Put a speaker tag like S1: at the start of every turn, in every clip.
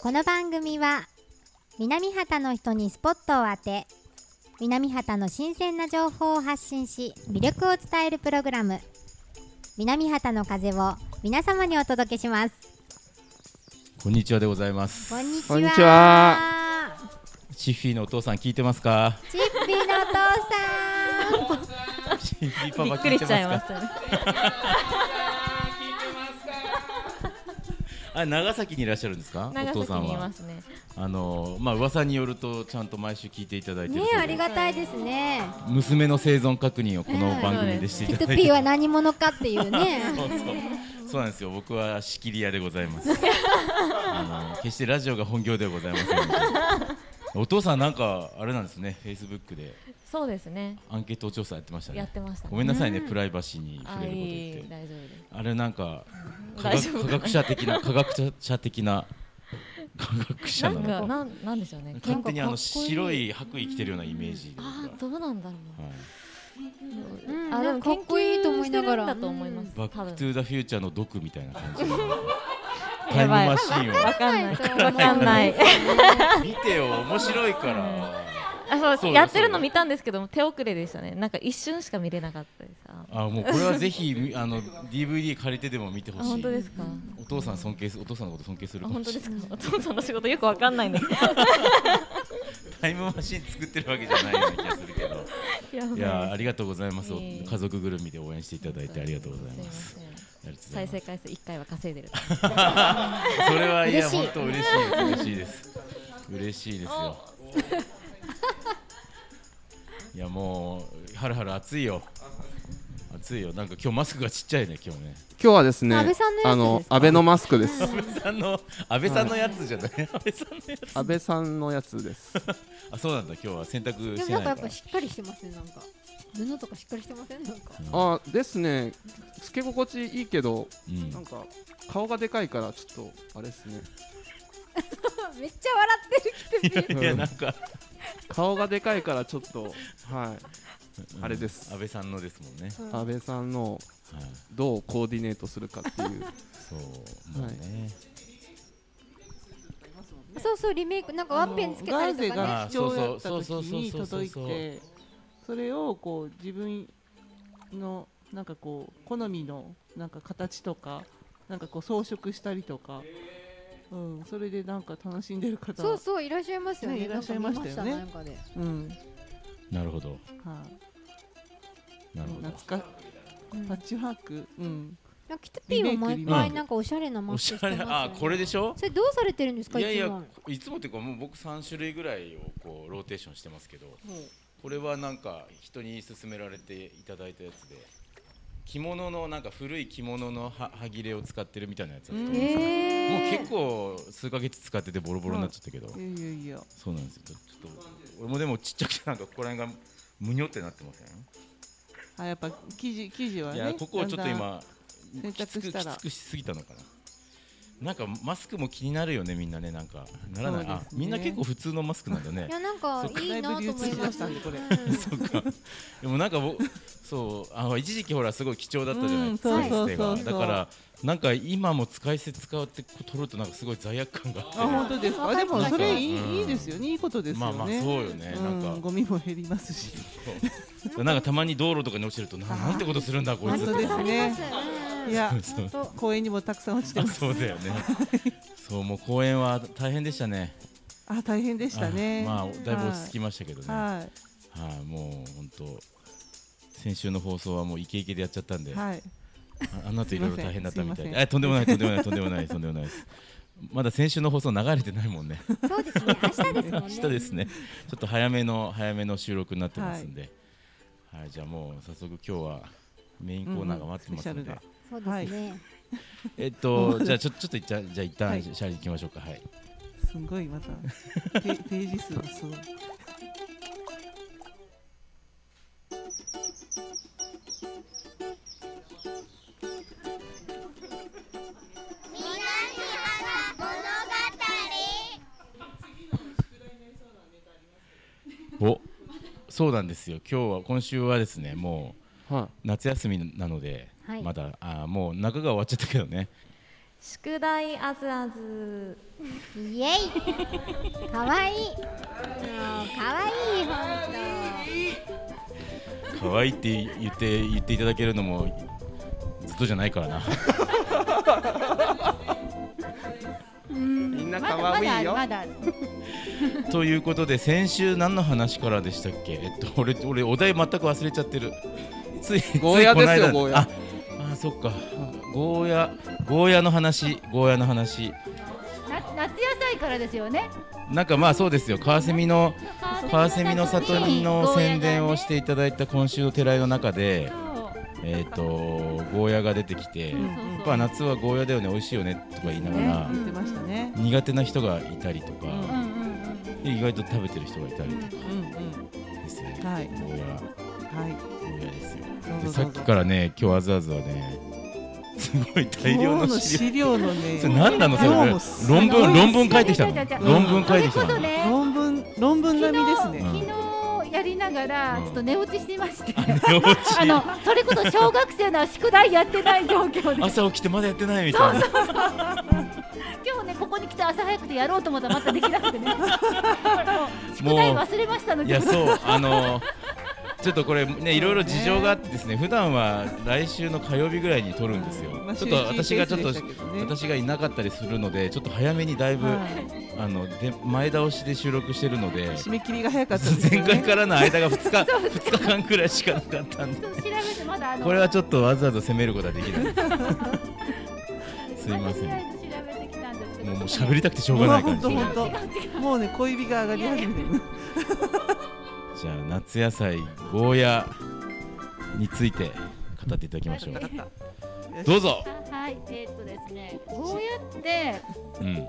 S1: この番組は南畑の人にスポットを当て南畑の新鮮な情報を発信し魅力を伝えるプログラム「南畑の風」を皆様にお届けします
S2: こんにちはでございます。
S1: こんにちは
S3: こんにちは
S2: チッフィーのお父さん聞いてますか？
S1: チッピーのお父さん
S2: チッフィーパ
S4: びっ
S2: パ
S4: く
S2: 聞い
S4: り
S2: て
S4: しち
S2: ま
S4: ゃい
S2: す
S4: ま
S2: か？
S4: す。
S2: あ長崎にいらっしゃるんですか？ お
S4: 長
S2: 父さ
S4: 崎
S2: ん
S4: にい
S2: は
S4: ま。すね。
S2: あのまあ噂によるとちゃんと毎週聞いていただいてる
S1: ねえ
S2: そう で
S1: ありがたいですね
S2: 娘の生存確認をこの
S1: うん
S2: 番組でしてい
S1: ピ
S2: た
S1: ト
S2: だい
S1: ピ
S2: て。
S1: ーは何者かっていうね
S2: そうそうそうなんですよ。僕は仕切り屋でござい ます。あの決してラジオが本業ではございませんので。お父さんなんかあれなんですね。Facebook で
S4: そうですね。
S2: アンケート調査やってましたね。
S4: やってましたね
S2: ごめんなさいね、プライバシーに触
S4: あ
S2: れること
S4: い
S2: 言っ
S4: い大
S2: て。
S4: 丈夫です。
S2: あれなんか科
S4: 大丈夫か
S2: 学科
S4: な
S2: 学者的 な科学者的な科学者
S4: な
S2: なんの
S4: か
S2: か
S4: なんなんでしょうね。
S2: 勝手にあ
S4: な
S2: の
S4: んかかっこ
S2: 白。い白衣着てるようなイメージが
S4: ああどうなんだろう。
S1: う
S2: は
S1: ん
S4: あで
S1: なん
S4: も
S1: かかっこいいと思いながら
S4: 研究してるんだと思います
S2: い。バ
S4: 多
S2: ック
S4: 分
S2: トゥーザフューチャーの毒みたいな感 じのタイ
S4: や
S2: ム
S4: ばい
S2: マシーンを
S4: わかんない。
S1: わ
S4: わかんない。
S2: 見てよ面白いから
S4: あそう
S2: そうだ
S4: やってるの見たんですけども手遅れでしたね。なんか一瞬しか見れなかったです。あ
S2: あもうこれはぜひみあの DVD 借りてでも見てほ
S4: あ
S2: し
S4: 本
S2: い
S4: 当ですか。
S2: お父さん尊敬すお父さんのこと尊敬する
S4: あ
S2: かも
S4: 本当
S2: しれ
S4: で
S2: ない
S4: すか。お父さんの仕事よくわかんないね。
S2: タイムマシーン作ってるわけじゃないような気がするけ ど
S4: やば
S2: いやーありがとうございます、
S4: いえいえ
S2: 家族ぐるみで応援していただいてありがとうございます
S4: すいません。
S2: ありがとうござ
S4: 再
S2: います
S4: 生回数一回は稼いでる。
S2: それはいや
S1: 嬉しい
S2: 本当嬉しいです嬉しいです嬉しいですよ いやもうはるはる暑いよ暑いよなんか今日マスクがちっちゃいね今日ね
S3: 今日はですね
S1: 安倍さんのやつ
S3: あ
S1: で
S3: の
S1: すか
S3: 安倍のマスクです
S2: 安倍さんの安倍さんのやつじゃない安倍さんのやつ
S3: 安倍さんのやつ です
S2: あ そうなんだ今日は洗濯
S1: で
S2: し
S1: も
S2: て
S1: な
S2: なん
S1: か
S2: いか
S1: や
S2: ら
S1: っぱしっかりしてますね なんか布とかしっかりしてませんなんか
S3: あですねつけ心地いいけど
S2: うん
S3: なんか顔がでかいからちょっとあれですね
S1: めっちゃ笑ってるキトピー
S2: いやなんか
S3: 顔がでかいからちょっとはいあれです
S2: 安倍さんのですもんね、
S3: 安倍さんの
S2: はい、
S3: どうコーディネートするか っていう
S2: そうもうね、
S1: そうそうリメイクなんかワッペンつけた
S5: ガ
S1: り
S5: ーゼ
S1: とかね
S5: が
S2: ね
S5: 視聴やった
S2: そう
S5: 時
S2: そうそう
S5: に
S2: そうそう
S5: 届い
S2: そう
S5: てそれをこう自分のなんかこう好みのなんか形とかなんかこう装飾したりとか、うん、それでなんか楽しんでる方
S1: そうそういらっしゃいますよね
S5: ねいらっしゃいましたよね
S1: なんか見まし
S5: うんは
S2: なるほど
S5: あ、
S2: なるほど
S5: 懐か
S1: たなん
S5: パ
S1: か
S5: ッチワーク、うん、
S1: でキトピーは毎回なんかおしゃれなマ
S2: お
S1: ス
S2: し
S1: クし
S2: ゃ
S1: てま
S2: れ
S1: すよね
S2: あこれでしょ
S1: それどうされてるんですか
S2: いやい
S1: 一
S2: や
S1: 番
S2: いつもっていうかもう僕3種類ぐらいをこうローテーションしてますけどこれはなんか人に勧められていただいたやつで着物のなんか古い着物のははぎれを使ってるみたいなやつだと思うんですけどもう
S1: え
S2: 結構数ヶ月使っててボロボロになっちゃったけど、
S5: いやいやいや
S2: そうなんですよちょっと俺もでもちっちゃくてなんかここら辺がむにょってなってません、
S5: あやっぱ生地生地はいね
S2: やここをちょっと
S5: だんだん
S2: 今
S5: 洗
S2: きつ
S5: 濯
S2: く
S5: したら
S2: きつくしすぎたのかななんかマスクも気になるよねみんなねなんかならない、
S5: そう
S2: あ
S5: ですね
S2: みんな結構普通のマスクなんだね
S1: いやなんかいいなと思い
S5: だいぶ流通し
S1: まし
S5: ましたたねこれ
S2: そうか。でもなんか僕、 そう、あの一時期ほらすごい貴重だったじゃないですか、
S5: うん
S2: エステが
S5: そうそうそうそう
S2: だからなんか今も使い捨て使うって取ろうとなんかすごい罪悪感があって。
S5: あ本当ですかあでもそれいい,、いいですよねいいことですよね
S2: まあまあそうよね、な
S5: うんん、
S2: か
S5: ゴミも減りますし
S2: そうなんかたまに道路とかに落ちるとななんてことするんだこいつ
S5: 本当ですねいや
S2: そう
S1: 本当
S5: 公園にもたくさん落ちて
S2: あ
S5: ま す
S2: そうだよねそうもう公演は大変でしたね
S5: あ大変でしたね。
S2: あまあだいぶ落ち着きましたけどねは、
S5: はい
S2: もう本当先週の放送はもうイケイケでやっちゃったんで、
S5: いはい。
S2: ああの後いろいろ大変だったみたい
S5: す
S2: で、
S5: いません
S2: えとんでもないとんでもないとんでもないとんでもないです。まだ先週の放送流れてないもんね。
S1: そうですね明日ですも
S2: 明
S1: んね
S2: 日です ね。ちょっと早めの早めの収録になってますんで、はい、じゃあもう早速今日はメインコーナーが待ってます
S5: うん
S2: の
S5: うんス
S2: で
S5: ペシャル、
S1: そう
S5: が
S1: ですね
S2: えっ とじゃあちょちょっと一旦じゃあ一
S5: は
S2: 旦
S5: い
S2: シャリ行きましょうか。はい。
S5: すんごいまたペページ数がすごい。
S2: お、そうなんですよ。今日は今週はですね、もう
S3: は
S2: 夏休みなので、
S1: はい
S2: まだあーもう中が終わっちゃったけどね。
S4: 宿題あずあず
S1: イエイかわいいもうかわいい本
S2: 可愛いって言って言っていただけるのもずっとじゃないからな
S3: みんな
S1: 当まだ
S3: 可
S1: ま
S3: 愛い
S1: だ
S3: よ
S1: まだ
S2: ということで先週何の話からでしたっけえっと俺俺お題全く忘れちゃってるついつい
S3: ゴーヤですよ
S2: この間
S3: ゴーヤ
S2: ああそっかゴーヤゴーヤの話ゴーヤの話
S6: な夏野菜からですよね。。
S2: なんかまあそうですよカワセミのカワセミの里にの宣伝をしてていただいた今週の寺井の中で
S6: そう
S2: えっ、とゴーヤが出てきて、
S5: ん
S2: やっぱ夏はゴーヤだよね美味しいよねとか言いながら、
S5: 言ってましたね。
S2: 苦手な人がいたりとか、
S6: うんうんうん
S2: で意外と食べてる人がいたりとか
S5: うんうん。
S2: ですよね、
S5: はい
S2: ゴーヤ
S5: はい。
S2: ゴーヤですよ
S5: どうぞ
S2: で
S5: どうぞ
S2: さっきからね今日あずあずはね すごい大量
S5: 今
S2: の
S5: 日の
S2: 資料
S5: 資料のね
S2: それ何なのそれ
S5: 量もすご
S2: 論
S5: い
S2: 文論文書いてきたの
S6: 違う違う違う
S2: 論文書いてき
S6: そ
S2: た
S6: れこ
S2: の
S6: そね、
S5: 論文論文並みですね。
S6: 昨日やりながら
S2: うん
S6: ちょっと寝落ちしてまして、
S2: 寝落ち
S6: あのそれこそ小学生の宿題やってない状況で、
S2: 朝起きてまだやってないみたいな
S6: 今日ねここに来て朝早くてやろうと思ったらまたできなくてね、もう宿題忘れましたの
S2: い
S6: で
S2: や、そう、あのちょっとこれね、いろいろ事情があってですね、普段は来週の火曜日ぐらいに撮るんですよ。
S5: まあ
S2: ちょっと私がちょっと
S5: 集中ペースでしたけどね
S2: 私がいなかったりするので、ちょっと早めにだいぶ、
S5: はい
S2: あので前倒しで収録してるので、
S5: 締め切りが早かったですね。
S2: 前回からの間が2日 2日間くらいしかなかったんで、
S6: そう調べてまだあの
S2: これはち
S6: ょっ
S2: ょっとわざわざ攻めることはできないです。すいません。も
S6: 調べてきたんですけど、
S2: うもう喋りたくてしょうがない感じ
S5: うわほんとほんともうね小指が上がり始めてる。
S2: じゃあ夏野菜ゴーヤについて語っていただきましょう。どうぞ。
S6: はい、えーっとですね、ゴーヤって
S2: うん。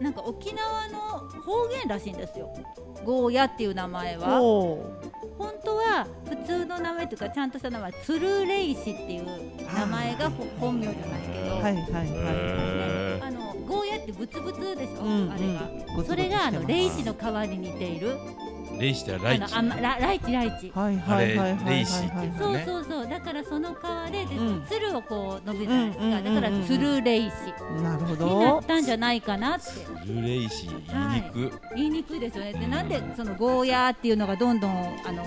S6: なんか沖縄の方言らしいんですよ。ゴーヤっていう名前は。
S5: お
S6: 本当は普通の名前というかちゃんとした名前はツルーレイシっていう名前がほ本名じゃないけ
S5: ー
S6: ど、
S5: はいはいは
S2: へ
S6: あのゴーヤってブツブツでし
S5: い。
S6: ょ、
S5: うん
S6: あれが。
S5: うん。
S6: それがあの
S5: レ
S6: レイシの皮に似ている
S2: ーレイシってラ
S6: あ
S2: イ
S6: の
S2: チ
S6: あ、ま、ラライチライチ、
S5: はいはいはいはい
S2: あれレイシーって
S5: はい
S2: 言
S5: はい
S6: そう
S2: ね
S6: そうそうだからその皮でで、
S5: うん
S6: ツルをこう伸びるじゃないですか、
S5: うんうんうんうん
S6: だからツルーレイシ
S5: なるほ
S6: にな
S5: ど
S6: っ。たんじゃないかなって
S2: ルレイシ言いにく、
S6: 言いにくいですよね。で、
S2: うん
S6: なんでそのゴーヤーっていうのがどんどんあの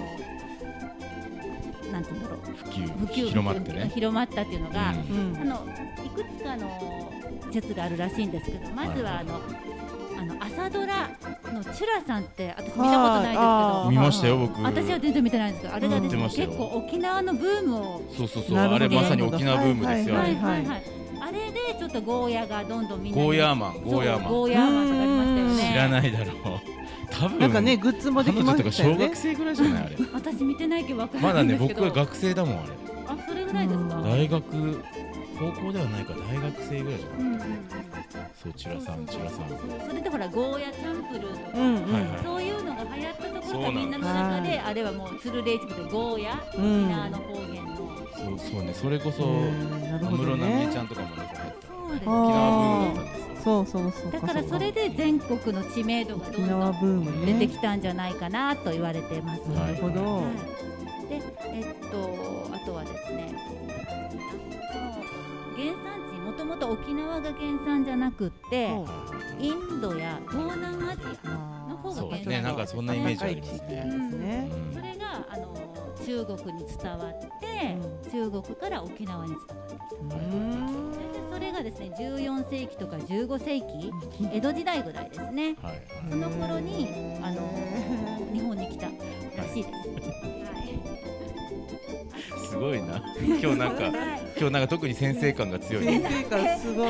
S6: なんて言うんだろう
S2: 普及
S6: 普及
S2: 広まってね、
S6: 広まったっていうのが、
S2: うん
S5: うん
S6: あのいくつかの説があるらしいんですけど、まずはあの。あの朝ドラのチュラさんって私見たことないですけど
S5: はあー
S2: 見ましたよ僕
S6: 私は全然見てないんですけどあれがで
S2: う
S6: す
S2: ん見て
S6: ね
S2: ましたよ
S6: 結構沖縄のブームを
S2: そうそうそう
S5: なるほ
S2: あ
S5: ど
S2: れまさに沖縄ブームですよ、
S5: はい
S6: はいあれでちょっとゴーヤがどんどんみんなに
S2: ゴーヤーマン
S6: そう
S2: ゴーヤーマン
S6: ゴーヤーマンとかありましたよね
S2: 知らないだろう多分
S5: なんかねグッズもでき
S2: 彼
S5: ま
S2: 女とか
S5: したよ
S2: 小
S5: ね
S2: 学。生ぐらいじゃないあ れ
S6: 私見てないけどわか
S2: ま
S6: らな
S2: だね
S6: いんですけ
S2: 僕
S6: ど
S2: は学生だもんあれ
S6: あそれぐらいですか、
S5: うん
S2: 大学高校ではないか大学生ぐらいじゃない
S6: うんうんうん
S2: そうチュラさんチュラさん
S6: そうそれでほらゴーヤチャンプルーとか、
S5: うんうん。
S2: はいはい
S6: そういうのが流行ったとこ
S2: そうな
S6: ろが
S2: んだ
S6: みんなの中
S5: は
S6: で
S5: い
S6: あれはもうツルレイチでゴーヤ
S5: う
S6: 沖
S5: ん。
S6: 縄の方言の
S2: そうそうねそれこそ
S5: うんなる
S2: 安室
S5: ほど
S2: 奈美恵ちゃ
S5: ね。
S2: んとかもなんか入った
S6: そうです
S5: あ
S2: 沖
S5: ー
S2: 縄ブームだったんですよ
S5: そうそうそう。
S6: だからそれで全国の知名度がど
S5: 沖
S6: んど
S5: 縄
S6: ん
S5: ブーム
S6: 出
S5: ね
S6: て。きたんじゃないかなと言われてます、
S2: ん
S5: なるほど。
S6: はいでえっとあとはですねあの原産地もともと沖縄が原産じゃなくって
S5: そう
S6: インドや東南アジアの方が
S2: そう
S6: 原
S2: ね
S6: 産
S2: なんかそんなイメージあります
S5: う
S2: ね、
S5: んですね
S2: うん
S6: それがあの中国に伝わって、中国から沖縄に伝わって
S5: うん
S6: それがですね14世紀とか15世紀江戸時代ぐらいですね
S2: はいはい
S6: その頃にあの日本に来たらしいです。
S2: すごいな。今日なんか、
S6: はい
S2: 今日なんか特に先生感が強い。
S5: 先生感すごい。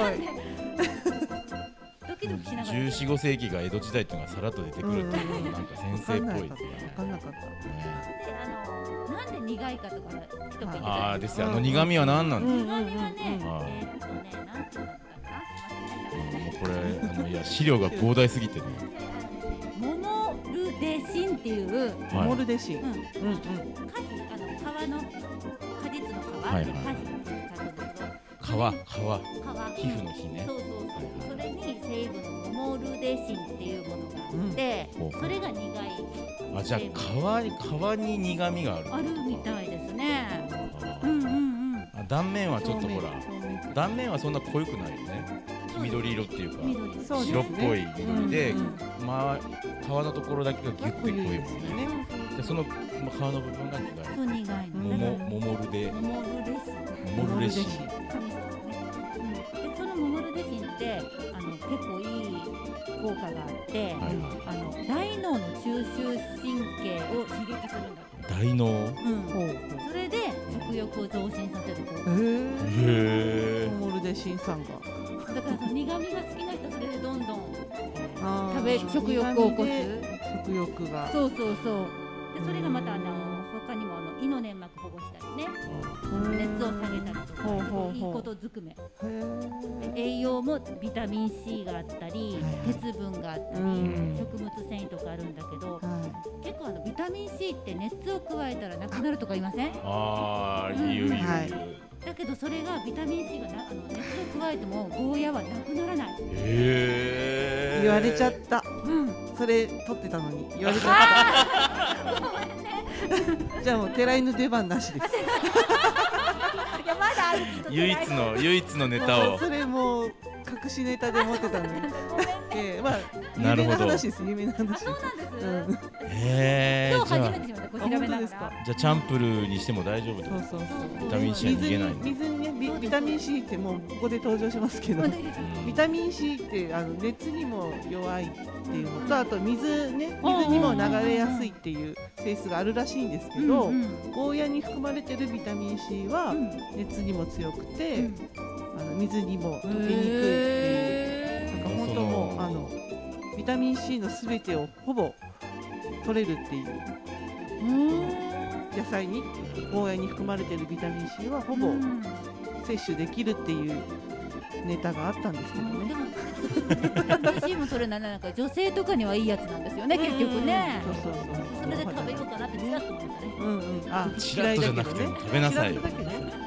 S6: ドキドキしながら
S2: 十四五世紀が江戸時代っていうのがさらっと出てくるっていうのがなんか先生っぽいっていう
S5: わかんなかった。
S2: ね。
S6: であのなんで苦いかとか人とか言って
S2: あ
S6: た
S2: あ
S6: ん
S2: で
S6: で
S2: すすよあの苦味は何なん
S5: う
S2: だ。も
S5: ん
S6: 苦味はね、え
S5: う
S2: う
S5: ん
S2: ん
S6: ーっとねなんていうのだったかな
S2: うこれあのいや資料が膨大すぎてね。
S6: モモルデシンっていう、うん、
S5: モ
S2: は
S5: ルデシン。
S6: 果
S5: うんうん。
S6: 実あの皮の果実の皮、
S2: はいはい
S6: 果実って書くんですけど
S2: い。皮皮
S6: 皮
S2: 皮膚の皮ね
S6: そう。そうそうそれに成分のモモルデシンっていうものがあって、
S2: うんほうほう
S6: それが苦い
S2: あじゃあ皮に皮に苦味がある。
S6: あるみたいですね
S2: あ
S6: うんうん
S2: ー
S6: うん
S2: あ断面はちょっとほら
S5: 表面表面
S2: 断面はそんな濃ゆくないよね緑色っていうか
S6: 緑です
S5: そうですね
S2: 白っぽい緑で、
S5: うん
S2: まあ皮のところだけがギュッて濃いもんねでその、まあ、皮の部分が苦い
S6: そう苦いの
S2: 桃桃ルで
S6: モルです
S2: 桃ルレシン
S6: でそのモモルデシンってあの結構いい効果があって、
S2: はいは
S6: あの大脳の中枢神経を刺激するん
S2: い
S6: だ
S2: 大脳へ
S6: って、
S5: ほう
S6: うん、それで食欲を増進させる効
S5: ほうへえ
S2: え
S5: モールで新さんが
S6: 果だからその苦味が好きな人それでどんどん
S5: 食
S6: 食べ食欲を起こす
S5: 食欲が
S6: そうそうそうでそれがまたあの他にもあの胃の粘膜保護したりね熱を下げたりとか
S5: ほうほう
S6: いい
S5: ほう
S6: ことずくめ
S5: へー
S6: 栄養もビタミン C があったり鉄分があったり、
S5: うん
S6: 食物繊維とかあるんだけど
S5: は
S6: 結構あのビタミン C って熱を加えたらなくなるとか言いません
S2: ああいいよいいよ、いいよ
S5: はい
S6: だけどそれがビタミン C がなあの熱を加えてもゴーヤはなくならない、
S2: へえ
S5: い言われちゃった
S6: うん、
S5: それ取ってたのに言われちゃったじゃあもう寺井の出番なしです
S6: いやまだあるきっと
S2: 唯一の唯一のネタ
S5: も
S2: を
S5: うそれもう隠しネタで持ってたのにええまあ
S2: なるほ
S5: 夢の
S2: ど
S5: 話です夢の話
S6: そうなんです、
S5: うん
S2: へえ
S6: 今日
S2: じゃ
S6: 初
S2: あ
S6: めてしまったこう調
S5: あ
S6: べ
S5: 本
S6: な
S5: 当
S6: が
S5: で
S6: ら
S5: すか
S2: じゃあチャンプルーにしても大丈夫って
S5: そ
S2: こ
S5: う
S2: と
S5: そうそう
S2: ビタミン C に逃げないの
S5: 水に水にねビビタミン C ってもうここで登場しますけど
S2: うん
S5: ビタミン C ってあの熱にも弱いっていうのとあと水ね水にも流れやすいっていう性質があるらしいんですけど、
S6: うん
S5: ゴーヤに含まれてるビタミン C は
S6: うん
S5: 熱にも強くて、
S6: うん
S5: あの水にも溶けにくいっていう、
S6: へ
S5: なんか本当も
S2: そうの
S5: あのビタミン C のすべてをほぼ取れるっていう
S6: ーうん
S5: 野菜にゴーヤに含まれてるビタミン C はほぼ
S6: うん
S5: 摂取できるっていうネタがあったんですけどね
S6: で。も、 私もそれならなんか女性とかにはいいやつなんですよね、結局ね。
S5: そうそうそう。
S6: それで食べようかなってちらっと思いましたね。
S5: うんうん。あ、
S2: チラ
S5: 嫌
S2: ッ
S5: い
S2: とじゃ
S5: だ
S2: なく
S5: けどね
S2: て。も食べなさいよ
S5: 嫌だけどね。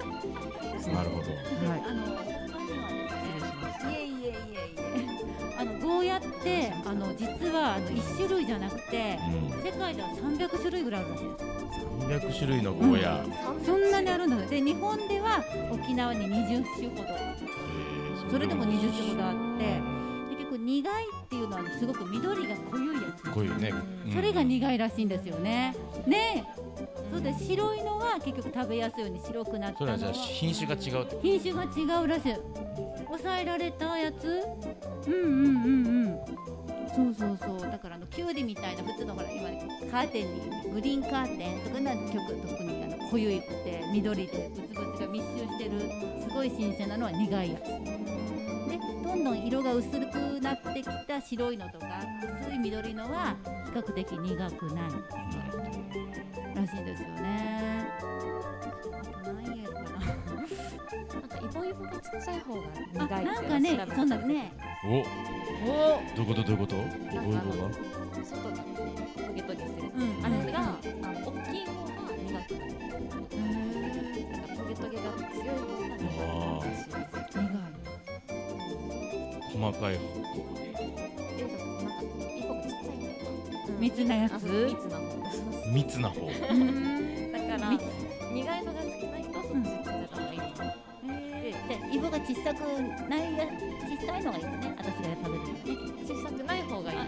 S2: なるほど
S5: はい。
S6: あの、他にはで
S5: 失礼
S6: す
S5: します。
S6: ね、いえいえいえいえ。あの、ゴーヤって、あの、実は、あの、一種類じゃなくて。
S2: う
S6: 世界では300種類ぐらいあるらしいです。
S2: ん300種類のゴーヤ
S6: そんなにあるんだよ。で、日本では沖縄に20種ほど、それでも20種ほどあって、で結構苦いっていうのはすごく緑が濃ゆいやつ。
S2: こういうね
S6: それが苦
S2: い
S6: いらしいんですよね。ねえ、そうで白いのは結局食べやすいように白くなっ
S2: それ
S6: た
S2: は
S6: の
S2: じゃ
S6: は
S2: あ品種が違うってこ
S6: 品種が違うらしい。抑えられたやつ？うんうんうんうん。そうそうそう。だからあのキュウリみたいな普通のほら今カーテンにグリーンカーテンとかな曲特にあの濃ゆいくて緑でブツブツが密集してるすごい新鮮なのは苦いやつ。でどんどん色が薄くなってきた白いのとか薄い緑のは比較的苦くない。らしいんですよね。あと何やるかな。
S7: なんかイボイボがちっちゃい方が
S6: あ、
S7: 苦いって
S6: なんかね
S7: 調べた、
S6: そんなね、
S2: とおどういうことどういうことイボイボが
S7: 外がトゲトゲしてる
S6: うん
S7: あれが、あの大きい方が苦くなるなんかトゲトゲが強い方が苦いらしいです
S6: 苦い。
S2: 細かい
S7: えでもなんか一個がちっちゃい方が
S6: 密なやつ
S7: あそう密な方が
S2: 密な方
S7: だから
S6: 密
S7: 苦いのが好きな人はそっち食べた方がいい
S6: で、イボが小さくないや、小さいのがいいよね、私が食べるのね。
S7: 小さくない方がいい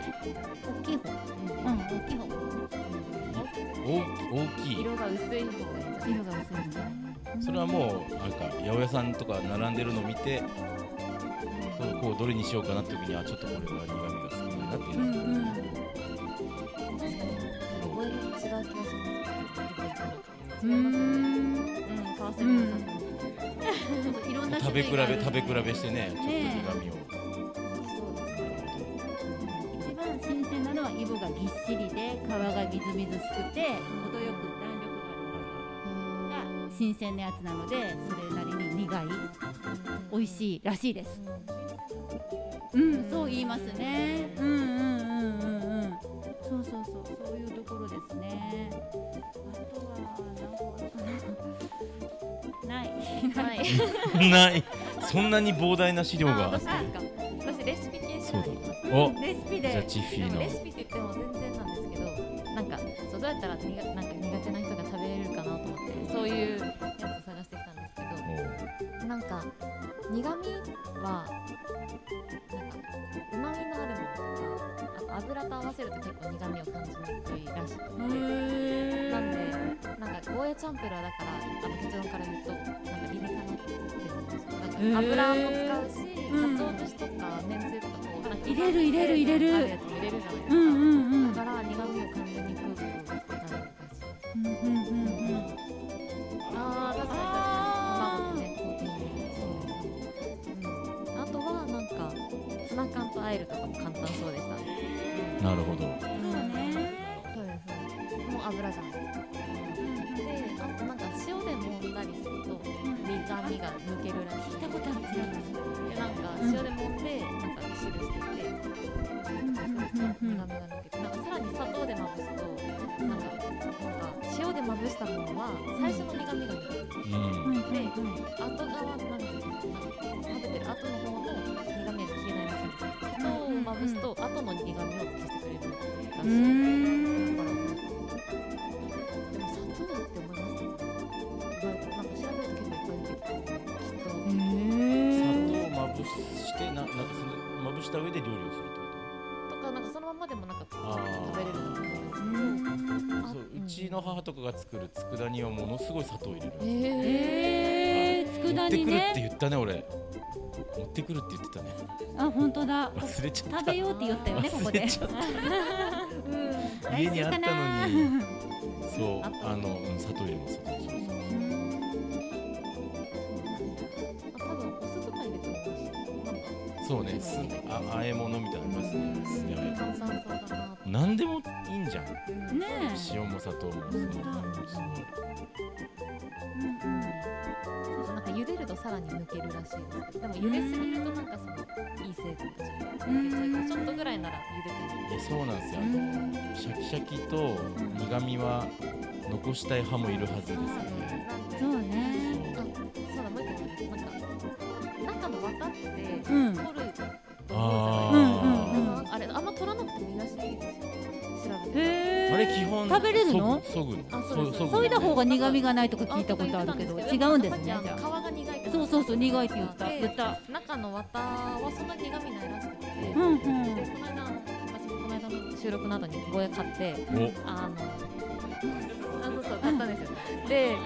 S6: 大きい方。うん、大きい方。
S2: 大きい
S7: 色が薄い方がいいんじゃない
S6: 色が薄いのね。
S2: それはもうなんか八百屋さんとか並んでるのを見てこうこうどれにしようかなって時にあちょっとこれは苦味が少ないなっていう
S6: う
S2: の
S6: ん
S2: が
S6: うん。
S7: 確かに覚える違う気がします
S6: うーん。
S7: うん買わせるさん
S6: いろんな
S2: 食
S6: 種
S2: べ
S6: 類
S2: 比
S6: がある
S2: べ食べ比べしてねちょっ
S6: ね
S2: と苦味を
S7: そうです
S6: 一番新鮮なのはイボがぎっしりで、皮がみずみずしくて、程よく弾力がある。が新鮮なやつなのでそれなりに苦い美味しいらしいですうんそう言いますねうんうんうんうんうんそうそうそうそういうところですねあとはなんかあるかなない
S7: はい
S2: ないそんなに膨大な資料
S7: あ
S2: が
S7: 私ですか私レシピ系しかないです
S2: お
S6: うんレシピ
S2: じゃあ
S6: で
S2: チッフィ
S7: で
S2: ー
S7: も
S2: の
S7: レシピって言っても全然なんですけどなんかそうどうやったら苦なんか苦手な人が食べれるかなと思ってそういうやつ探してきたんでなんか苦味はなんかうまみのあるものとかあと油と合わせると結構苦味を感じにくいらしくてなんでなんかゴーヤチャンプルはだからあの結論から言うとなんか理にかなってるんですよなんか油も使うし、
S6: うん
S7: 鰹節とかめんつゆとかこうなんか
S6: 入れる入れる入れる
S7: あやつも入れるじゃないですか、
S6: うんうんうん
S7: だから苦味を感じにくくなるらしい
S6: うんうんうんうん
S7: ああ、確かに確かに。卵でね、コーティング。そうですね。うん。あとは、なんか、ツナ缶と和えるとかも簡単そうでした。
S2: なるほど
S6: そうね
S7: そうですね。もう油じゃないですか。で、あとなんか塩で揉んだりすると、苦味が抜けるらしい。聞いたことあるで、なんか塩で揉んで、なんか汁してて、苦味が抜けて、なんかさらに砂糖でまぶすと、なんか、なんか塩でまぶしたものは、最初の苦味が抜ける。
S2: うん
S7: で、後側なんか食べてる後の方の苦味が消えないらしいんですよ砂糖をまぶすと後の苦味を消してくれるらしい、だか
S2: 砂糖を
S7: らでも砂糖って思いますねなんか調べると結構いっぱい出てきたきっと、
S2: まぶしてななんかそのまぶした上で料理をするって
S7: とかなんかそのままでもなんか
S2: あー
S7: 食べれると思うんです
S2: ことそううちの母とかが作る佃煮はものすごい砂糖入れるんですよ
S6: えー、
S2: 持
S6: 佃
S2: って
S6: 煮
S2: くるって
S6: ね
S2: 言ったね俺持ってくるって言ってたね
S6: あ本当だ
S2: 忘れちゃった
S6: 食べようって言ったよねここ
S2: 忘
S6: で
S2: れちゃっ
S6: うん
S2: た家にあったの
S6: 来週
S2: に
S6: かな
S2: そう
S7: あと
S2: あのうん砂糖入れます砂糖入れます
S7: けどあ多分お酢とか入れても美味しいなんか
S2: そうねすあ和え物みたいなのありますねすりあえ
S7: 炭酸そうだなと思って
S2: 何でもいいんじゃん
S6: ね
S2: 塩も砂糖もすごいすごい
S7: そうそうなんか茹でるとさらに抜けるらしいですけどでも茹ですぎるとなんかそのいい成分として抜けちゃうからちょっとぐらいなら茹でても
S2: いやそうなんですよあのシャキシャキと苦味は残したい派もいるはずですよね
S7: な
S2: そ
S7: んで
S6: えそう
S2: う
S6: ね
S7: そうだもう一個ありますなんか中の綿って取ると
S6: うん
S7: 思うじゃないですか
S2: あ
S6: うんうん
S7: なんかあれあんま取らなくてもいいらしいですよ調べて
S6: へ
S2: ー
S6: ー
S2: あれ基本
S6: 食べれるの
S2: そぐの
S7: あそうです
S2: そ
S6: そいだ方
S2: が
S6: が苦味がないとか聞いたことあるけど違うんですねじ
S7: さっきあ
S6: ゃ
S7: の皮が苦いって
S6: あ
S7: 話
S6: そうそうそう苦いって言った
S7: で
S6: 言った
S7: 中の綿はそんな苦味ないらしくて、
S6: うんうん
S7: でこの間私もこの間の収録などにゴーヤ買って
S2: お
S7: あの、あそうそう買ったんですよ。で、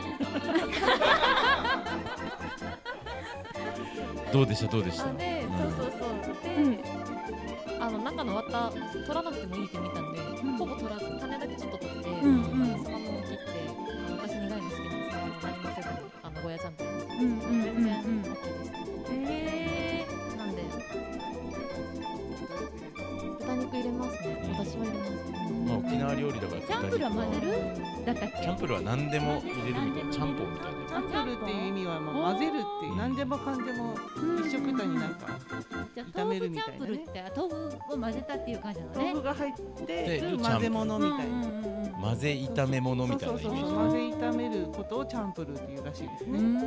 S2: どうでしたどうでした
S7: あで、そうそうそうで、あの中の綿取らなくてもいいって見たんで、
S6: ん
S7: ほぼ取らず種だけちょっと取って、
S6: う
S2: う
S6: んうんん
S7: あのそのまま切って、あの私苦いの好きなんですけど何もせずにあのゴーヤチャンプルーにして
S6: うんうん
S7: 全然 OK でした。えー、なんで豚肉入れますね。
S2: うん
S7: 私は入れます。
S2: まあ沖縄料理だから
S6: チャンプルは混ぜるだったっ
S2: キャンプルは何でも入れるみたいなちゃんぽんみたいな
S5: チャンプルっていう意味は、まあ、混ぜるっていう何でもかんでも一緒くたになんか
S6: けじゃ
S5: 炒
S6: あ豆
S5: め
S6: 腐
S5: る
S6: チ
S5: みた
S6: ャ
S5: い
S6: ン
S5: なね
S6: プルって豆腐を混ぜたっていう感じなの
S5: 豆
S6: ね
S5: 腐が入って
S2: で
S5: る混ぜ物みたいな。
S6: うんうんうん
S2: 混ぜ炒め物みたいなイメ
S5: そうそうそう
S2: ー
S5: 混ぜ炒めることをチャンプルーっていうらしいですね、
S6: うん
S2: ジ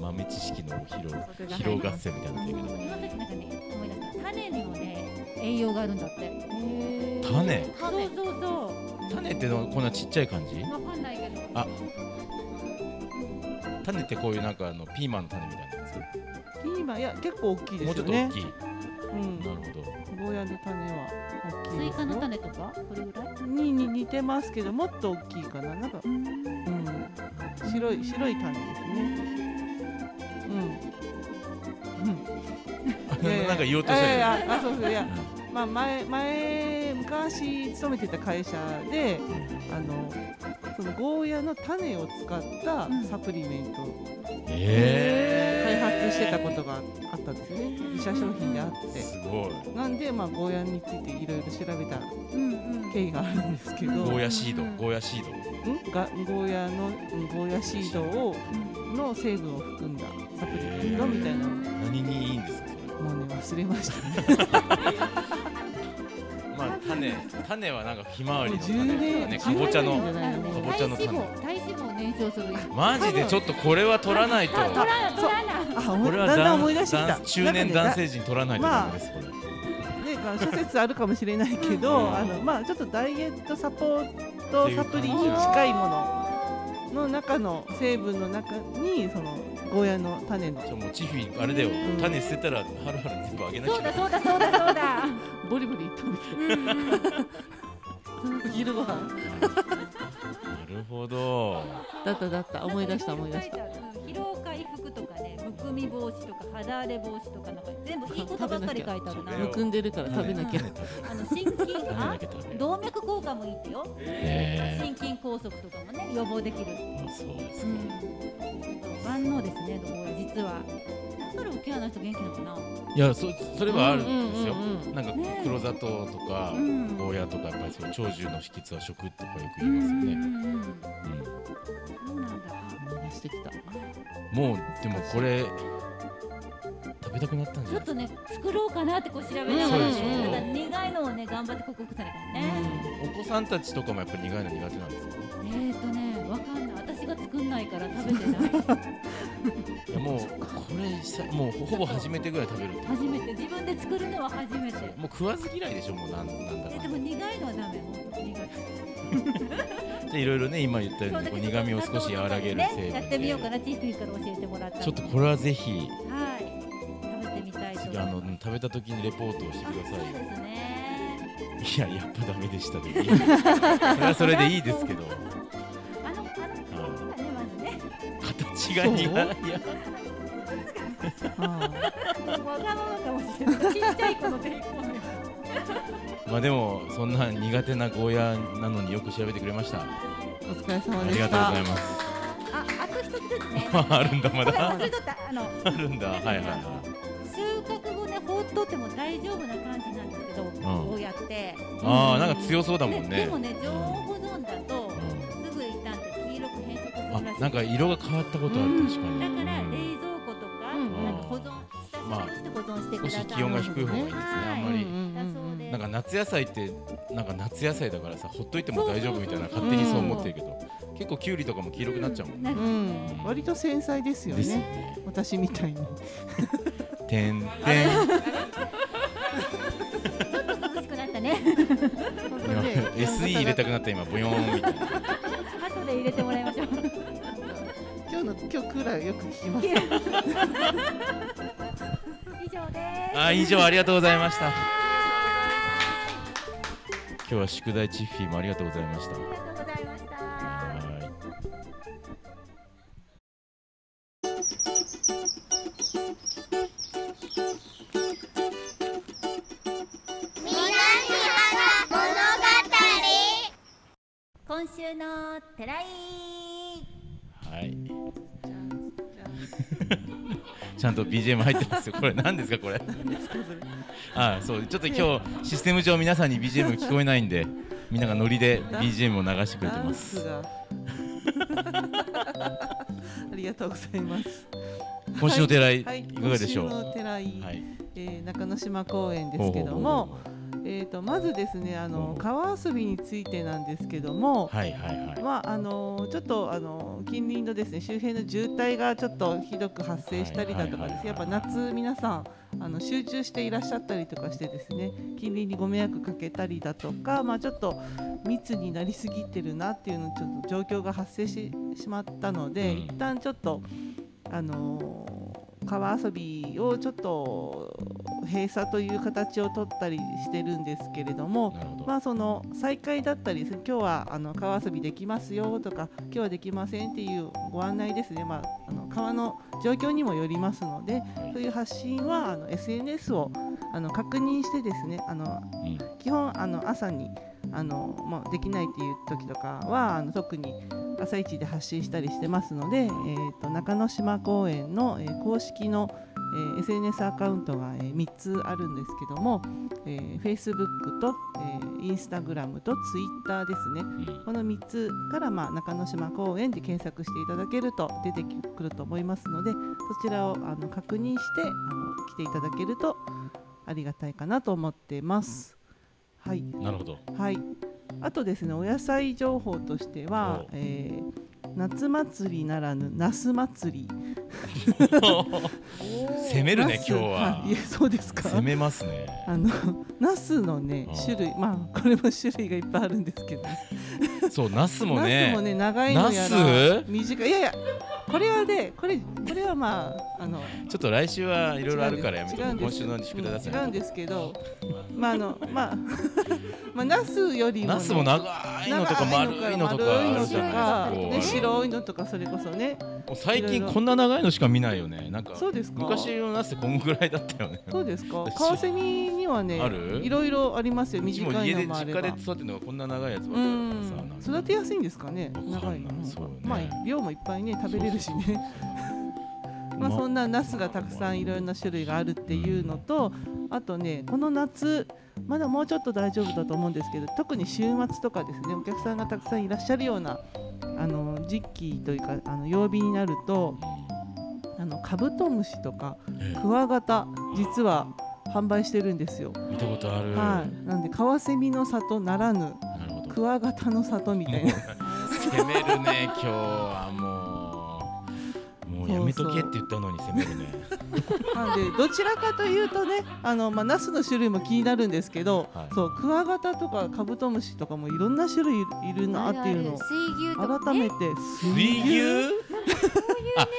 S2: 豆知識の披露
S7: 補足が
S2: 披露合戦みたいになってるけ
S6: 今さっきなんかね思い出した種にもね栄養があるんだって
S2: ど種
S6: そうそうそ
S2: 種ってのはこんなちっちゃい感じ
S6: うわかんないけど
S2: あ種ってこういうなんかあのピーマンの種みたいなやつ
S5: ピーマンいや結構大きいで
S2: もう
S5: す
S2: ちょ
S5: よ
S2: っと大
S5: ね
S2: きいな
S5: うん、
S2: る
S5: ゴ
S2: ほど
S5: ーヤの種は大きい
S6: ス
S5: で
S6: イ
S5: す
S6: カの種とかこれぐらい
S5: にに似てますけどもっと大きいかななんか、うん白い白い種ですねうん、うんいやい や
S2: なんか言おうとしてる
S5: いやいやあそうそういや、まあ、前前昔勤めてた会社であのそのゴーヤの種を使ったサプリメントを開
S2: え
S5: 発してたことがあったんですよね自社商品であって
S2: ー、すごい
S5: なんで、まあ、ゴーヤについていろいろ調べた
S6: うんうん
S5: 経緯があるんですけど
S2: ゴーヤシードゴーヤシード
S5: んがゴーヤのうんゴーヤシードをの成分を含んだサプリメントみたいなのも
S2: 何にいいんですか
S5: うね忘れましたね
S2: それまあ種種はなんかひまわりの種
S5: 10
S2: とか
S5: 年
S2: ね
S5: 10
S2: かぼちゃ
S5: 年じゃ
S2: の
S5: ないの
S2: か
S5: もう
S2: ぼちゃの
S6: 体脂
S2: 種
S6: 肪体脂肪を燃焼する
S2: マジでちょっとこれは取らないと
S6: ら取らない
S5: あ
S2: こ
S5: 思い
S2: れ
S5: だ
S2: は
S5: んだん思い出してきた
S2: 男中年男性
S5: ね
S2: 陣取らないとダメですこれ
S5: ねまあ諸説あるかもしれないけどあのまあちょっとダイエットサポートサプリに近いものの中の成分の中にそのゴーヤの種の
S2: じゃあもうチフィあれだよ
S5: ん
S2: 種捨てたらはるはる全部あげなきゃ
S6: そ
S2: いけな
S6: うだ
S2: い
S6: そうだそうだそうだ。
S5: ボリボリいったみたい
S6: うんうん。
S5: なお昼ご飯
S2: なるほど
S5: だっただった思い出した思い出した
S6: なんかいろいろ書いてある。うん疲労回復とかね、むくみ防止とか肌荒れ防止とかなんか全部いいことばっかり書いてあるな。
S2: 食べな
S5: むくんでるから食べなき
S2: 種
S5: ゃ
S2: 食べ
S6: あの心筋
S2: 種
S6: あ
S2: だけ食べる
S6: 動脈硬化もいいってよ。
S2: へ
S6: 心筋梗塞とかもね予防できる。
S2: えそうです
S6: う
S2: か
S6: ん。万能ですね。どう実は。だから沖縄の人元気なのかな。
S2: いやそそれはあるんですよ
S7: うんうんうん
S2: なんか
S6: ねえ
S2: 黒砂糖とか
S6: うん
S2: ゴーヤとかやっぱりそう長寿の秘訣は食とかよく
S6: う
S2: 言い
S6: ん
S2: ますよ
S6: う
S2: ね
S6: んうんう
S2: う
S6: ん。
S2: ん
S6: そうなんだ。
S5: 思い出してきた
S2: もうでもこれ食べたくなったんじ
S6: ち
S2: ゃ
S6: ょ
S2: な
S6: っ
S2: いです
S6: と
S2: か
S6: ね作ろうかなってこう調べながら、
S2: そうでしょ
S6: ただ苦いのをね頑張って克服されたらね。
S2: お子さんたちとかもやっぱ苦いの苦手なんですよ
S6: えーとねわかんない。私が作んないから食べてない。
S2: いやもうこれさもうほぼ初めてぐらい食べるって
S6: 初めて自分で作るのは初めて。
S2: もう食わず嫌いでしょもうなんなんだか
S6: え
S2: んだ
S6: でも苦いのはダメ。本当に苦い。
S2: じゃあいろいろね今言ったようにこう苦味を少し和らげる成分で
S6: ね、やってみようかな。チーフィーから教えてもらったの。
S2: ちょっとこれはぜひ
S6: はい。食べてみたいと思い
S2: あ
S6: ます。
S2: の食べた時にレポートをして
S6: あ
S2: くだ
S6: そう
S2: さ
S6: ですね。
S2: いいややっぱダメでしたねいいそれはそれでいいですけど
S6: あのあの形がねまずね。
S2: 形が苦いいや
S5: あ
S6: わがままかもしれない。ちっちゃい子のベーコンよ。
S2: まあでもそんな苦手なゴーヤなのによく調べてくれましたあ
S5: ーお疲れ様で
S2: りが
S5: し
S2: とう
S5: た
S2: ございます。
S6: あ、あと一つずつね
S2: あるんだま
S6: これ
S2: だ
S6: 忘れとった。あの
S2: あるんだはいはいは
S6: 収穫後ね放っとっても大丈夫な感じなんですけど、こうやって。
S2: いああなんか強そうだもん
S6: で
S2: ね
S6: でもね常温保存だと
S2: うん
S6: すぐ傷んで黄色く変色する
S2: あ
S6: らしい。
S2: なんか色が変わったことある、
S6: うん
S2: 確かに
S6: だから
S2: うん
S6: 冷蔵庫とか,、
S7: うん
S6: なんか保存した
S2: まあ
S6: して保存してく
S2: 少
S6: ださ
S2: し
S6: い。
S2: 気温が低い方がいいですね
S6: はい
S2: あんまり、
S6: だそうで
S2: なんか夏野菜ってなんか夏野菜だからさほっといても大丈夫みたいな勝手にそう思ってるけど、結構きゅうりとかも黄色くなっちゃうもん、
S6: な
S5: う
S6: る
S5: ん割と繊細ですよ
S2: ですよ
S5: ね
S2: ね
S5: 私みたいに
S2: てん てん
S6: 涼しくなったね。
S5: 本当
S2: 今
S5: ね
S2: SE 入れたくなった今ブヨーン みたいな
S6: 後で入れてもらいましょう。
S5: 今日の今日クーラーよく聞きます
S6: 以上です。
S2: あ以上ありがとうございました今日は宿題チッフィーもありがとうございました
S6: ありがとうございました。
S2: はい
S6: 今週の寺井
S2: はい。 ちゃんと BGM 入ってますよ。これ何ですかこれ。あそうちょっと今日システム上皆さんに BGM 聞こえないんで、みんながノリで BGM を流してくれて
S5: ダ
S2: ま
S5: ン
S2: す。
S5: スが ありがとうございます
S2: 今週の寺井、
S5: はいい、
S2: かがでしょう。
S5: 今週の寺井、
S2: はい。
S5: えー中之島公園ですけども、えー、とまずですねあ
S2: ほう
S5: の
S2: ほう
S5: 川遊びについてなんですけども、
S2: はいはいはい。
S5: まああのちょっとあの近隣のですね周辺の渋滞がちょっとひどく発生したりだとか
S2: はいはいはいは
S5: です
S2: い
S5: やっぱ夏皆さんあの集中していらっしゃったりとかしてですね近隣にご迷惑かけたりだとかまあちょっと密になりすぎてるなっていうのちょっと状況が発生してしまったので、
S2: うん
S5: 一旦ちょっとあの川遊びをちょっと閉鎖という形を取ったりしてるんですけれども、
S2: なるほど。
S5: まあ、その再開だったり今日はあの川遊びできますよとか今日はできませんっていうご案内ですね、まあ、あの川の状況にもよりますのでそういう発信はあの SNS をあの確認してですねあの
S2: うん
S5: 基本あの朝にあの、まあ、できないっていう時とかはあの特に朝一で発信したりしてますので、えー、と中之島公園の、えー公式の、えー SNS アカウントが、えー3つあるんですけども、えー Facebook と、えー Instagram と Twitter ですね
S2: うん
S5: この3つから、まあ、中之島公園で検索していただけると出てくると思いますのでそちらをあの確認してあの来ていただけるとありがたいかなと思ってます。はい、
S2: なるほど。
S5: はい、あとですねお野菜情報としては
S2: お、
S5: えー夏祭りならぬナス祭り
S2: 攻めるね
S5: ナス
S2: 今日 はい
S5: えそうですか
S2: 攻めますね
S5: あのナスのね
S2: あー
S5: 種類まあこれも種類がいっぱいあるんですけど
S2: そうナスも
S5: ナス
S2: ね
S5: もね長いのやら
S2: ナス
S5: 短いいやいやこれはねこれこれはまああの
S2: ちょっと来週はいろいろあるからやめと
S5: 違
S2: こ
S5: う
S2: うん
S5: で
S2: 今
S5: す
S2: 週の宿題出せ
S5: 違うんですけどまああのまあ まあナスよりも、ね、
S2: ナスも長いのとか丸いのとかあるじゃない
S5: 丸
S2: で
S5: いのとかね
S2: すかこ
S5: 白いのとかそれこそね
S2: うもう最近こんな長いのしか見ないよねなんか
S5: そうですか
S2: 昔のナスってこんぐらいだったよね
S5: そうですか
S2: 私
S5: カワセミにはね
S2: ある
S5: いろいろありますよ
S2: うち
S5: 短
S2: も
S5: い
S2: 家で
S5: のもあ
S2: 実
S5: れ
S2: 家で
S5: ば
S2: 育てるのがこんな長いやつばっ
S5: う
S2: かりだからさ
S5: ん
S2: なんか
S5: 育てやすいんですかね
S2: わかんない
S5: 長いの
S2: そうね
S5: まあ量もいっぱいね食べれるしね まあ、
S2: ま
S5: そんなナスがたくさんいろんな種類があるっていうのとあとねこの夏まだもうちょっと大丈夫だと思うんですけど特に週末とかですねお客さんがたくさんいらっしゃるようなあの時期というかあの曜日になるとあのカブトムシとか
S2: ええ
S5: クワガタ実は販売してるんですよ。
S2: 見たことあるな
S5: はい、なんでカワセミの里ならぬ
S2: るほど
S5: クワガタの里みたいな
S2: 攻めるね今日はもうもうやめとけって言ったのに攻めるね
S5: なんでどちらかというとねあの、まあ、ナスの種類も気になるんですけど、
S2: はい
S5: そうクワガタとかカブトムシとかもいろんな種類いるなっていうのを
S7: 水牛とか、
S5: 改
S7: ね、
S5: めて
S2: 水牛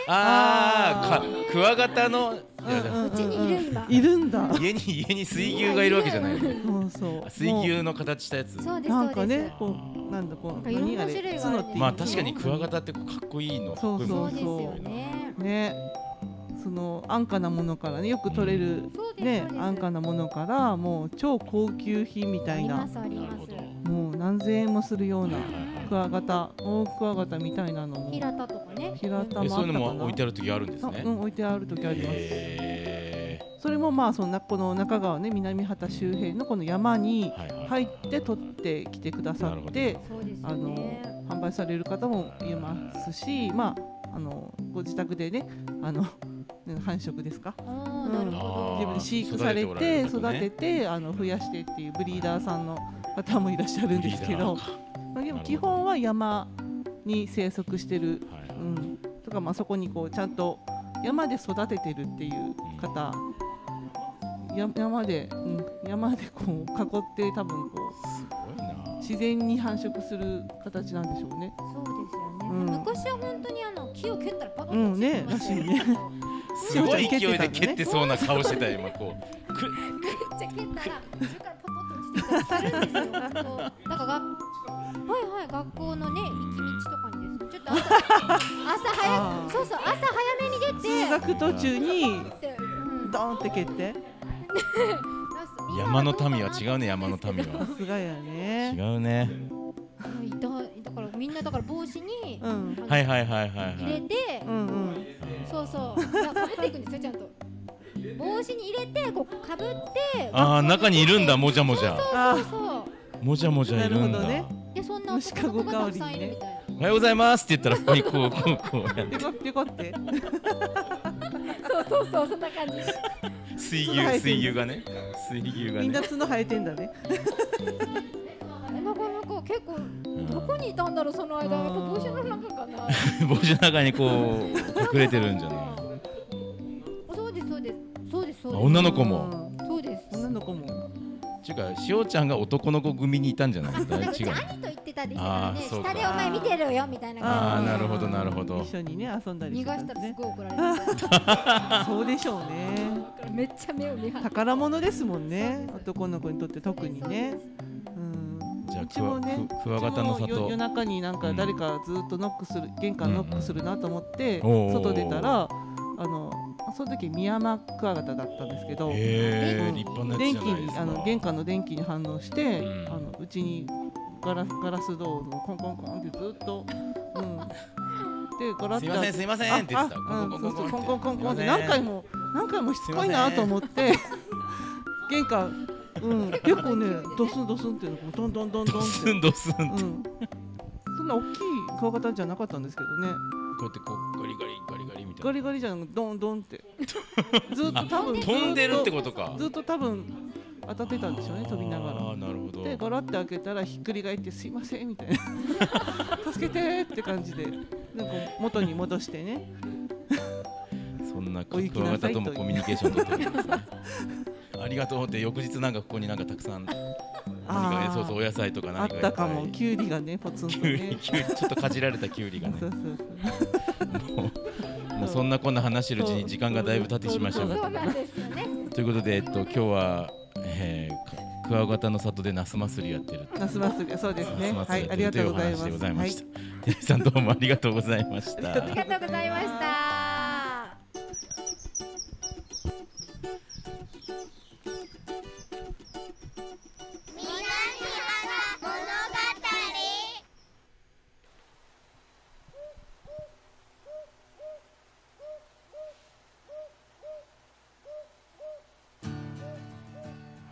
S2: ああーかクワガタの、いや
S5: う
S7: うちにいるんだ。
S5: いるんだ
S2: 家に家に水牛がいるわけじゃないよね
S5: そうそう
S2: あ水牛の形したやつ
S7: そうです
S5: な
S7: そ
S5: ん
S7: う
S5: か
S7: です。
S5: ねこうなんだこう
S7: いろん
S5: 何
S7: な
S5: あれ
S7: 種類が
S5: 角っていうの
S2: まあ確かにクワガタってこうかっこいいの
S5: そう
S7: そ
S5: そうう
S7: ですよね。
S5: ねその安価なものからねよく取れる、
S7: そうです
S5: ね
S7: そうです
S5: 安価なものからもう超高級品み
S7: あ
S5: たい
S7: りま
S5: な
S7: すあり
S2: なる
S7: ま
S2: ほ
S7: す
S2: ど。
S5: もう何千円もするようなク
S2: は
S5: ワガタ大クワガタみたいなのも
S7: 平田とかね。
S2: い
S5: 平田
S2: はいえ
S5: も
S2: そういうの
S5: あったかな
S2: も置いてある時あるんです
S5: あ
S2: ね
S5: うん、置いてある時あります。
S2: へえ
S5: それもまあそんなこの中川ね南畑周辺のこの山に
S2: はいはい
S5: 入って取ってきてくださっ
S2: なる
S5: て、
S7: そうですよ
S5: あの
S7: ね。
S5: 販売される方もいますし、まああのご自宅でねあの 繁殖ですか。
S7: ああなるほ
S2: あー
S5: 自分で飼育されて
S2: 育てておら
S5: 育
S2: れる
S5: ててあの増やしてっていうブリーダーさんの方もいらっしゃるんですけど、まあでも基本は山に生息してる
S2: はいは
S5: う
S2: い
S5: ん、とかまあそこにこうちゃんと山で育ててるっていう方や山で、うん、山でこう囲って多分こ
S2: すごいな
S5: う自然に繁殖する形なんでしょうね。
S7: ど。そうですよね。
S5: うん
S7: 昔は本当にあの木を蹴ったらパカッ
S5: うん
S7: と
S5: ね
S7: 落ちてきま
S5: ら
S7: し
S5: した
S7: よ。
S2: すごい勢いで蹴ってそうな顔してたよ今こうく
S7: めっちゃ蹴ったら後ろからポコッと落ちてくるんですよ。なんか学はいはい学校のね一日とかにですね。ちょっと朝朝早
S5: あー
S7: くそうそう朝早めに出
S5: 通
S7: て
S5: 学途中に
S7: って。うん
S5: ドーンって蹴って
S2: 山の民は違うね山の民は
S5: さすがや
S2: 違
S5: ね。
S2: うね
S7: いただからみんなだから帽子に
S5: うん
S2: はいはいはいはいは
S7: 入れ
S2: い
S7: て、
S5: うんうん、
S7: そうそういやかぶっていくんですよちゃんと帽子に入れてこうかぶって
S2: ああ中にいるんだもじゃもじゃ
S5: あ
S7: そうそう
S2: もじゃもじゃいるんだ
S5: なるほど
S7: でそんな男の子がたくさんいるみたいな
S2: おはようございますって言ったらここにこうこうこうやって
S5: ピコピコって
S7: そうそうそうそんな感じ
S2: 水牛水牛が ね水牛が
S5: みんな
S2: ね
S5: 角生えてんだね。
S7: なかなか結構どこにいたんだろうその間やっぱ帽子の中か な
S2: 帽子の中にこう隠れてるんじゃない
S7: そうですそうですそうですそう
S2: あ
S7: です
S2: 女の
S5: う
S2: 子も
S5: ん、
S7: そうです
S5: 女の子も
S2: っていうかしおちゃんが男の子組にいたんじゃない
S7: なんか
S2: 大
S7: う
S2: 違
S7: ち
S2: う
S7: 兄と言ってたでしたからね
S2: あーそうか
S7: 下でお前見てるよみたいな
S2: あ
S7: 感
S2: ーなるほどなるほど
S5: 一緒にね遊んだ
S7: じ
S5: り
S7: 逃
S5: して
S7: が
S5: ん
S7: し
S5: で
S7: たら
S5: す
S7: す
S5: ね
S7: ごい怒られるみたいな
S5: そうでしょうね。
S7: めっちゃ目を見張って
S5: 宝物ですもんね
S7: そうです
S5: 男の子にとって特にねうん
S2: じゃあ
S5: うちもね
S2: クワクワガタの
S5: うちも
S2: 里
S5: よ夜中になんか誰かずっとノックする、玄関ノックするなと思って、
S2: うんうん
S5: 外出たらあのその時ミヤマクワガタだったんですけど、
S2: へ
S5: う
S2: え
S5: ん
S2: 立派なやつ
S5: 電
S2: じ
S5: 気
S2: ゃないで
S5: に
S2: す
S5: あ
S2: か
S5: の玄関の電気に反応して、
S2: うん
S5: あのうちにガラスガラスドアをコンコンコンってずっと、うん、でガラ
S2: すいませんすいませんって言ってた
S5: ああうん
S2: コ
S5: そ
S2: ンコ
S5: うそ
S2: ン
S5: う
S2: コンコン
S5: コンコンコンコンっ
S2: す
S5: て
S2: いません
S5: 何回も何回もしつこいなと思って玄関うん結構ねドスンドスンっていうのがどんどんどんどん
S2: ド
S5: っ
S2: スン
S5: て
S2: ドスンって
S5: うんそんな大きい顔型じゃなかったんですけどね
S2: こうやってこうガリガリガリガリみたいな
S5: ガリガリじゃなくてドンドンってずっと多分
S2: 飛んでるってことか
S5: ずっと多分当たってたんでしょうね飛びなが
S2: あ
S5: ら
S2: ーなるほど
S5: で ガラって開けたらひっくり返って「すいません」みたいな「助けて」って感じでなんか元に戻してね
S2: そんなク
S5: お行き
S2: ワ
S5: な
S2: ガ
S5: さ
S2: タ
S5: いと
S2: ともコミュニケーション取ってるんですね ありがとうって翌日なんかここになんかたくさん何かね
S5: あー
S2: そうそうお野菜とか
S5: あ
S2: 何
S5: っ
S2: かいぱい
S5: たかもきゅうりがねポツンと
S2: きゅうり
S5: ね
S2: きゅうりちょっとかじられたきゅうりがね
S5: そうそうそう
S2: もうもうそんなこんな話してるうちに時間がだいぶ経ってしまいました
S6: そう
S2: が
S6: なんですよね。
S2: ということでえっと今日は、えーかクワガタの里でナス祭りやってる
S5: ナスマスがそうですね
S2: ナス
S5: は
S2: 祭り
S5: い
S2: や
S5: あ
S2: っ
S5: り
S2: て
S5: が
S2: ると
S5: と
S2: いうう
S5: ご
S2: お
S5: ざ
S2: 話でござ
S5: います
S2: いま
S5: はい
S2: したテリーさんどうもありがとうございました
S1: ありがとうございました。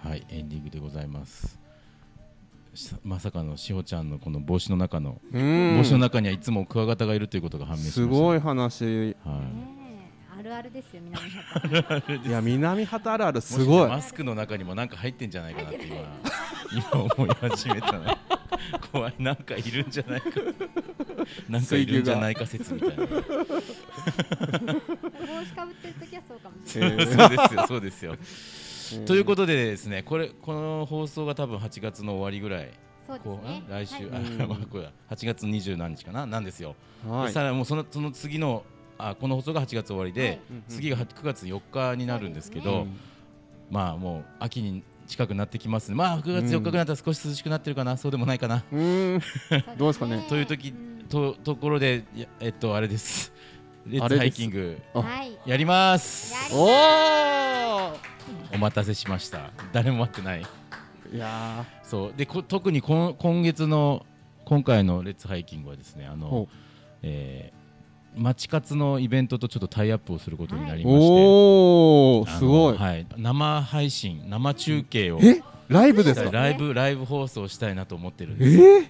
S2: はいエンディングでございますしまさかのしほちゃんのこの帽子の中の
S3: うん
S2: 帽子の中にはいつもクワガタがいるということが判明しました
S3: すごい話
S2: はい
S1: ねえあるあるですよ、南畑。
S3: いや南畑あるあるすごい
S2: マスクの中にもなんか入ってんじゃないかなって今今思い始めたな怖いなんかいるんじゃないかなんかいるんじゃないか説みたいなそう
S1: 帽子かぶってる時はそうかもしれない。
S3: えー
S2: ですよ そうですよ、ということでですねこれこの放送が多分8月の終わりぐらい
S1: そうです
S2: こう
S1: ね。
S2: あ来週、
S1: は
S2: あ
S1: い
S3: うん
S2: まあこれだ8月20何日かななんですよ、
S3: はい
S2: さらもうそのその次のあこの放送が8月終わりで、
S1: はい
S3: うんうん
S2: 次が9月4日になるんですけど、
S3: うん
S2: まあもう秋に近くなってきますねまあ9月4日ぐらいだったら少し涼しくなってるかな、そうでもないかな
S3: うーんどうですかね
S2: という時
S1: ん
S2: とところでいやえっとあれですレッ
S3: あ
S2: ツ
S3: れです
S2: ハイキング
S3: あ
S1: はい。
S2: やります
S1: やり
S3: おー
S2: お待たせしました誰も待ってない
S3: いや
S2: そうでこ特にこん今月の今回のレッツハイキングはですねあの
S3: ほ、
S2: えー、町活のイベントとちょっとタイアップをすることになり
S3: ー
S2: まして、
S3: おー
S2: あの
S3: すごい
S2: はい、生配信生中継を
S3: えライブですか
S2: ライブライブ放送したいなと思ってるん
S3: え
S2: ですよ
S3: ー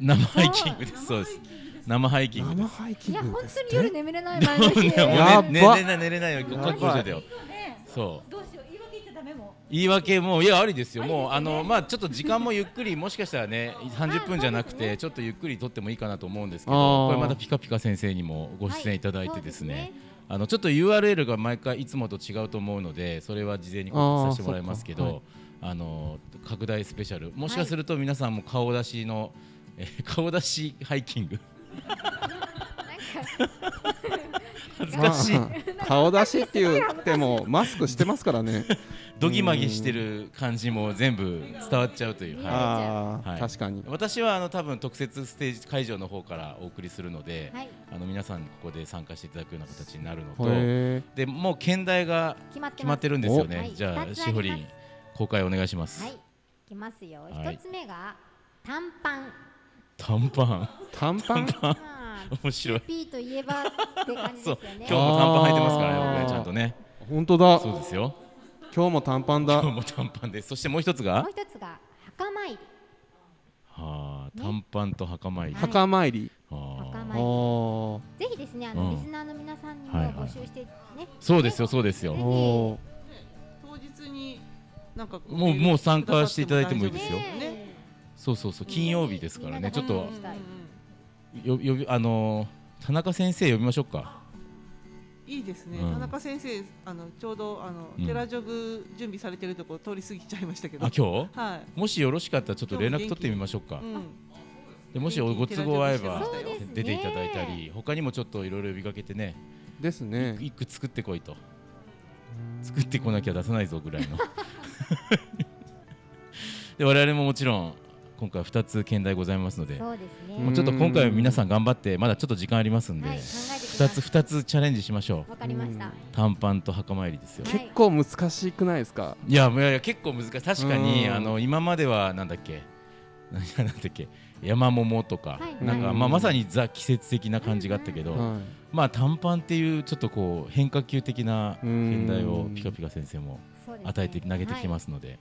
S2: 生ハイキングですそうです生ハイキングで
S3: 生
S2: す
S3: ハイキ
S1: いや、
S3: ン
S1: 本
S3: グです
S1: 当
S3: っ
S1: に
S3: て
S1: 夜眠れない前の日。
S2: もう
S3: やば
S2: ね寝れない寝れないよ覚悟してたよ
S6: ね
S2: そう
S6: どうしよう言い訳言っちゃダメも
S2: 言い訳もいやありですよ、もうあのまあちょっと時間もゆっくり、もしかしたらね、30分じゃなくて、ちょっとゆっくりとってもいいかなと思うんですけど、
S3: あー
S2: これまたピカピカ先生にもご出演いただいてですね、あのちょっと URL が毎回いつもと違うと思うので、それは事前に告知させてもらいますけ
S3: あーそ
S2: ど、あの拡大スペシャル、もしかすると皆さんも顔出しの、えー顔出しハイキング、恥ずかしい、
S3: まあ顔出しって言ってもマスクしてますからね
S2: どぎまぎしてる感じも全部伝わっちゃうという。はい
S3: あ
S2: は
S3: あ
S2: い
S3: 確かに
S2: 私はあの多分特設ステージ会場の方からお送りするので、
S1: はい。
S2: あの皆さんここで参加していただくような形になるのと
S3: へ
S2: でもう県題が
S1: 決まって
S2: 決ま
S1: ま
S2: っ
S1: す。
S2: てるんですよ
S1: おは
S2: ね
S1: い
S2: じゃ
S1: 二つ
S2: あ
S1: あります
S2: しほりん公開お願いします、
S1: はい。いきますよ。
S2: はい
S1: 一つ目が短パン。
S2: 短パン
S3: え短パン
S1: まあ
S2: 面白い
S1: P といえばって感じです
S2: そ
S1: よ
S2: う今
S1: ね
S2: 日。も短パン履いてますからね
S3: あー
S2: 僕ねちゃんとね
S3: 本当だ
S2: そうですよ
S3: 今日も短パン
S2: 今
S3: だ
S2: 日も短パンですそしてもう一つが
S1: もう一つが墓参り。
S2: はあ
S1: ね
S2: 短パンと墓参り、
S1: はい
S3: 墓参り
S2: は
S1: 墓
S2: あ
S1: 参
S3: あ
S1: り。
S3: ー
S1: ぜひですね、あ
S2: う
S1: の
S2: ん
S1: リスナーの皆さんにも
S2: はいはい
S1: 募集してね。
S2: そうですよそうです
S1: ぜ
S2: よ
S1: ひ
S3: おー
S5: 当日になんかこ
S2: もうもう参加していただいてもいいですよ
S1: ね
S5: ね
S2: そうそうそう金曜日ですからねちょっ
S1: う
S2: と
S1: んしたい
S2: よ呼びあのー田中先生呼びましょうか。
S5: いいですね、
S2: うん
S5: 田中先生あのちょうどあの、
S2: うん
S5: テラジョグ準備されてるとこ通り過ぎちゃいましたけど
S2: あ今日
S5: はい
S2: もしよろしかったらちょっと連絡取ってみましょうか
S5: う。ん、
S2: でもしご都合合えば
S5: そうです
S1: ね
S2: 出ていただいたり、他にもちょっといろいろ呼びかけてね、
S3: ですね
S2: 一句作ってこいと。作ってこなきゃ出さないぞぐらいの。 で我々ももちろん今回二つ兼題ございますので、
S1: そうですね。
S2: もうちょっと今回は皆さん頑張ってまだちょっと時間ありますんで
S1: はい、考、えてき
S2: 二
S1: ま
S2: つ
S1: す。
S2: 二つチャレンジしましょう。
S1: わかりました。
S2: 短パンと墓参りですよ。
S1: はい
S3: 結構難しくないですか
S2: いやいやいや結構難しい確かに
S3: うん
S2: あの今まではなんだっけなんだっけ山桃とか、
S1: はい
S2: なん
S3: は
S2: か
S3: い
S2: まあまさにザ季節的な感じがあったけど、
S3: は
S2: まあ短パンっていうちょっとこう変化球的な
S3: うん
S2: 現代をピカピカ先生も
S1: そうですね。
S2: 与えて投げてきますすので、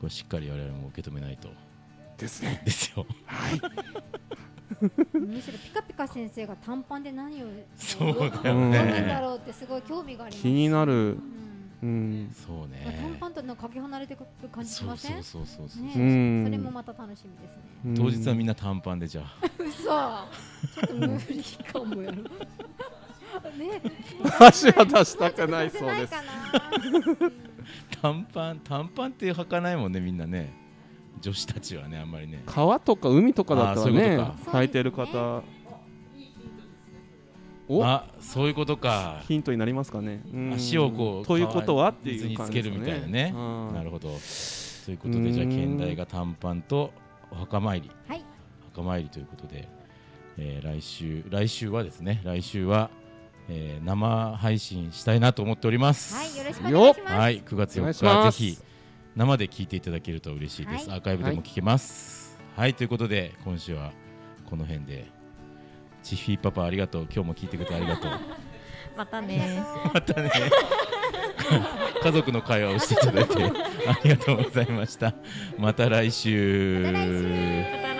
S2: これしっかり我々も受け止めないと
S3: いですね
S2: です よ。
S1: はいむしろピカピカ先生が短パンで何を
S2: そうだ
S3: よね
S1: 何だろうってすごい興味があります。
S3: 気になる
S1: うん
S3: うん
S2: そうね
S8: まあ短パンとなんかかけ離れてくる感じしません
S2: そうそうそうそうそう、
S8: ね
S3: うん
S8: それもまた楽しみです
S2: 当
S8: ね
S2: 日はみん
S3: な
S2: な短パンでじゃあ
S8: 嘘ちょっと無理かもやろね
S3: 足は出したくないそうです
S8: 出せないかな
S2: 短パン短パンって履かないもんねみんなね女子たちはねあんまりね
S3: 川とか海とかだったらね
S2: あーそういうこと
S8: か
S3: 履いてる方お
S2: あそういうことか
S3: ヒントになりますかねうん
S2: 足をこう
S3: ということはっていう
S2: 水に
S3: 感
S2: つ
S3: じ
S2: け
S3: です
S2: る
S3: かね
S2: みたいなね
S3: うん
S2: なるほどということでじゃあ県大が短パンとお墓参り、
S8: はい
S2: 墓参りということで、えー来週来週はですね来週は、えー生配信したいなと思っております
S8: はいよろしくお願いします
S2: はい、9月
S3: お願いし
S2: 4日、
S3: ま
S2: ぜ
S3: す
S2: ひ生で聞いていただけると嬉しいです。
S8: はい
S2: アーカイブでも聞けます。はい、ということで、今週はこの辺で。チッフィーパパありがとう、今日も聞いてくれてありがとう。
S4: またね。
S2: またね。家族の会話をしていただいて、ありがとうございました。また来週。
S8: また来週
S4: また